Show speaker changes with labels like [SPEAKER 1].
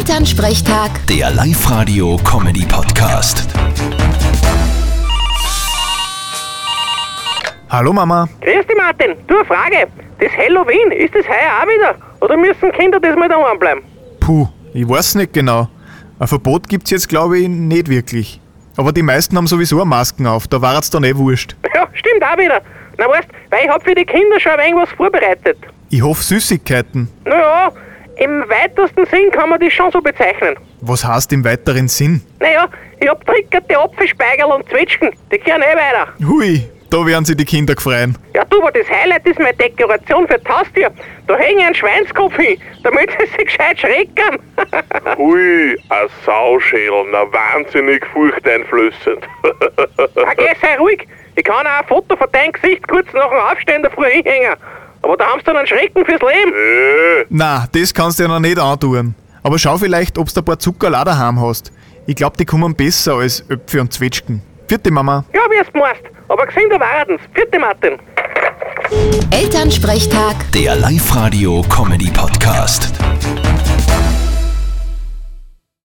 [SPEAKER 1] Elternsprechtag,
[SPEAKER 2] Der Live-Radio-Comedy-Podcast.
[SPEAKER 3] Hallo Mama.
[SPEAKER 4] Grüß dich, Martin. Du, eine Frage. Das Halloween, ist das heuer auch wieder? Oder müssen Kinder das mal daheim bleiben?
[SPEAKER 3] Puh, ich weiß nicht genau. Ein Verbot gibt's jetzt, glaube ich, nicht wirklich. Aber die meisten haben sowieso Masken auf, da war es dann eh wurscht.
[SPEAKER 4] Ja, stimmt auch wieder. Na weißt, weil ich hab für die Kinder schon ein wenig was vorbereitet.
[SPEAKER 3] Ich hoffe Süßigkeiten.
[SPEAKER 4] Naja, im weitesten Sinn kann man das schon so bezeichnen.
[SPEAKER 3] Was heißt im weiteren Sinn?
[SPEAKER 4] Naja, ich hab trickerte Apfelspeigerl und Zwetschgen. Die gehen eh weiter.
[SPEAKER 3] Hui, da werden sie die Kinder gefreien.
[SPEAKER 4] Ja, du, aber das Highlight ist meine Dekoration für Taustier. Da hänge ich einen Schweinskopf hin, damit sie sich gescheit schrecken.
[SPEAKER 5] Ui, ein Sauschädel, na wahnsinnig furchteinflößend.
[SPEAKER 4] Na, geh, sei ruhig. Ich kann auch ein Foto von deinem Gesicht kurz nach dem Aufstehen der Früh hinhängen. Aber da haben sie dann einen Schrecken fürs Leben.
[SPEAKER 5] äh,
[SPEAKER 3] Na, das kannst du ja noch nicht antun. Aber schau vielleicht, ob's da ein paar Zuckerlader daheim hast. Ich glaube, die kommen besser als Öpfe und Zwetschgen. Vierte Mama.
[SPEAKER 4] Ja, wie es meinst. Aber gesünder warten's. Vierte Martin.
[SPEAKER 1] Elternsprechtag.
[SPEAKER 2] Der Live-Radio-Comedy-Podcast.